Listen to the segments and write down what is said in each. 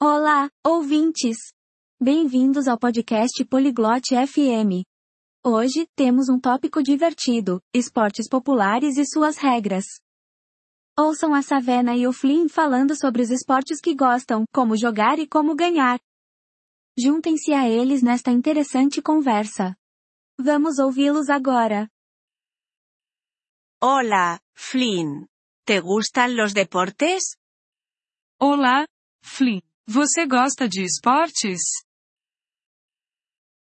Olá, ouvintes! Bem-vindos ao podcast Poliglote FM. Hoje, temos um tópico divertido: esportes populares e suas regras. Ouçam a Savena e o Flynn falando sobre os esportes que gostam, como jogar e como ganhar. Juntem-se a eles nesta interessante conversa. Vamos ouvi-los agora. Hola, Flynn. ¿Te gustan los deportes? Olá, Flynn. Você gosta de esportes?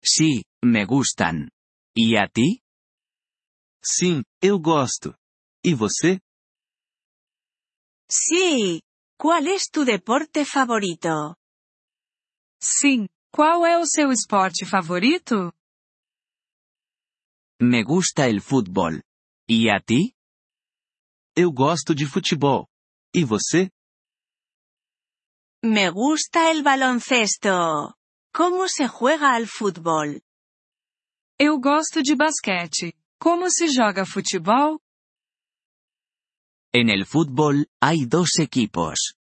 Sí, me gustan. ¿Y a ti? Sim, eu gosto. E você? Sí. ¿Cuál es tu deporte favorito? Sim. Qual é o seu esporte favorito? Me gusta el fútbol. ¿Y a ti? Eu gosto de futebol. E você? Me gusta el baloncesto. ¿Cómo se juega al fútbol? Eu gosto de basquete. Como se joga futebol? En el fútbol, hay dos equipos.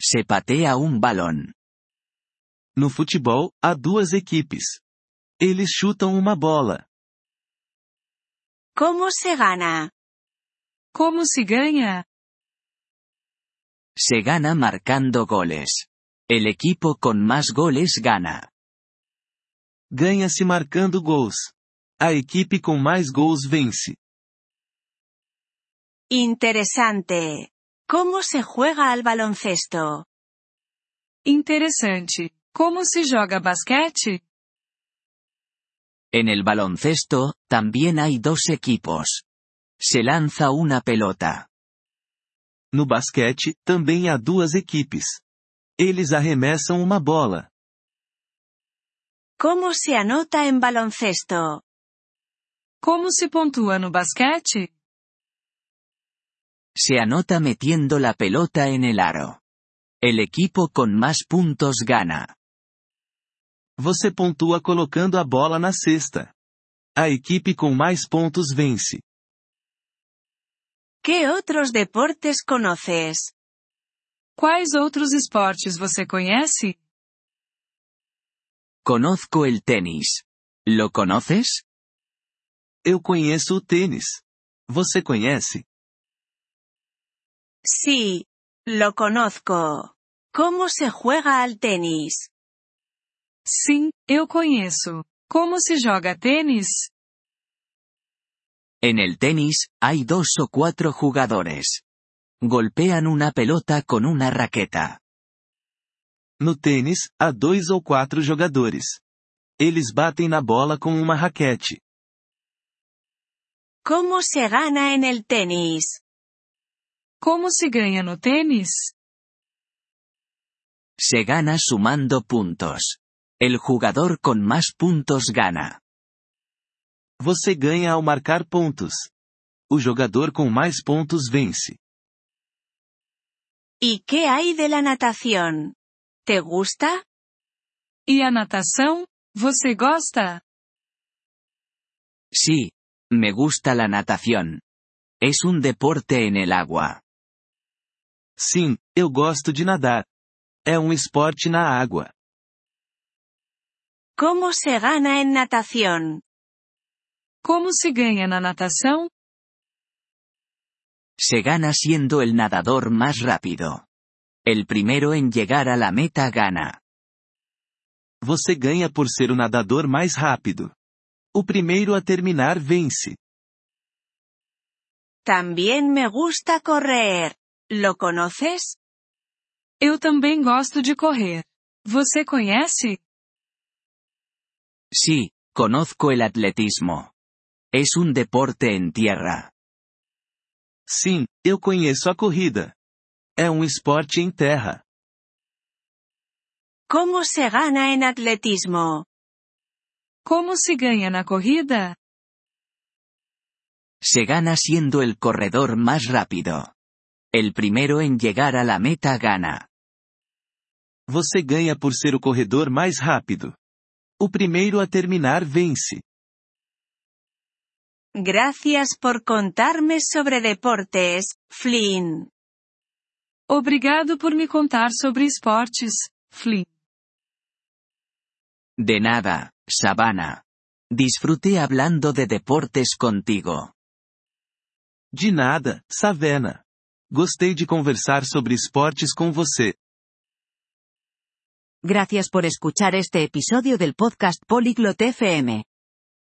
Se patea un balón. No futebol, há duas equipes. Eles chutam uma bola. ¿Cómo se gana? Como se ganha? Se gana marcando goles. El equipo con más goles gana. Ganha-se marcando gols. A equipe com mais gols vence. Interesante. ¿Cómo se juega al baloncesto? Interessante. Como se joga basquete? En el baloncesto, también hay dos equipos. Se lanza una pelota. No basquete, também há duas equipes. Eles arremessam uma bola. ¿Cómo se anota en baloncesto? Como se pontua no basquete? Se anota metiendo la pelota en el aro. El equipo con más puntos gana. Você pontua colocando a bola na cesta. A equipe com mais pontos vence. ¿Qué otros deportes conoces? Quais outros esportes você conhece? Conozco el tenis. ¿Lo conoces? Eu conheço o tênis. Você conhece? Sí. Lo conozco. ¿Cómo se juega al tenis? Sim, eu conheço. Como se joga tênis? En el tenis, hay dos o cuatro jugadores. Golpean una pelota con una raqueta. No tênis, há dois ou quatro jogadores. Eles batem na bola com uma raquete. ¿Cómo se gana en el tenis? Como se ganha no tênis? Se gana sumando puntos. El jugador con más puntos gana. Você ganha ao marcar pontos. O jogador com mais pontos vence. ¿Y qué hay de la natación? ¿Te gusta? E a natação? Você gosta? Sí. Me gusta la natación. Es un deporte en el agua. Sim, eu gosto de nadar. É um esporte na água. ¿Cómo se gana en natación? Como se ganha na natação? Se gana siendo el nadador más rápido. El primero en llegar a la meta gana. Você ganha por ser o nadador mais rápido. O primeiro a terminar vence. También me gusta correr. ¿Lo conoces? Eu também gosto de correr. Você conhece? Sí, conozco el atletismo. Es un deporte en tierra. Sim, eu conheço a corrida. É um esporte em terra. ¿Cómo se gana en atletismo? Como se ganha na corrida? Se gana siendo el corredor más rápido. El primero en llegar a la meta gana. Você ganha por ser o corredor mais rápido. O primeiro a terminar vence. Gracias por contarme sobre deportes, Flynn. Obrigado por me contar sobre esportes, Flynn. De nada, Sabana. Disfruté hablando de deportes contigo. De nada, Savena. Gostei de conversar sobre esportes com você. Gracias por escuchar este episodio del podcast Polyglot FM.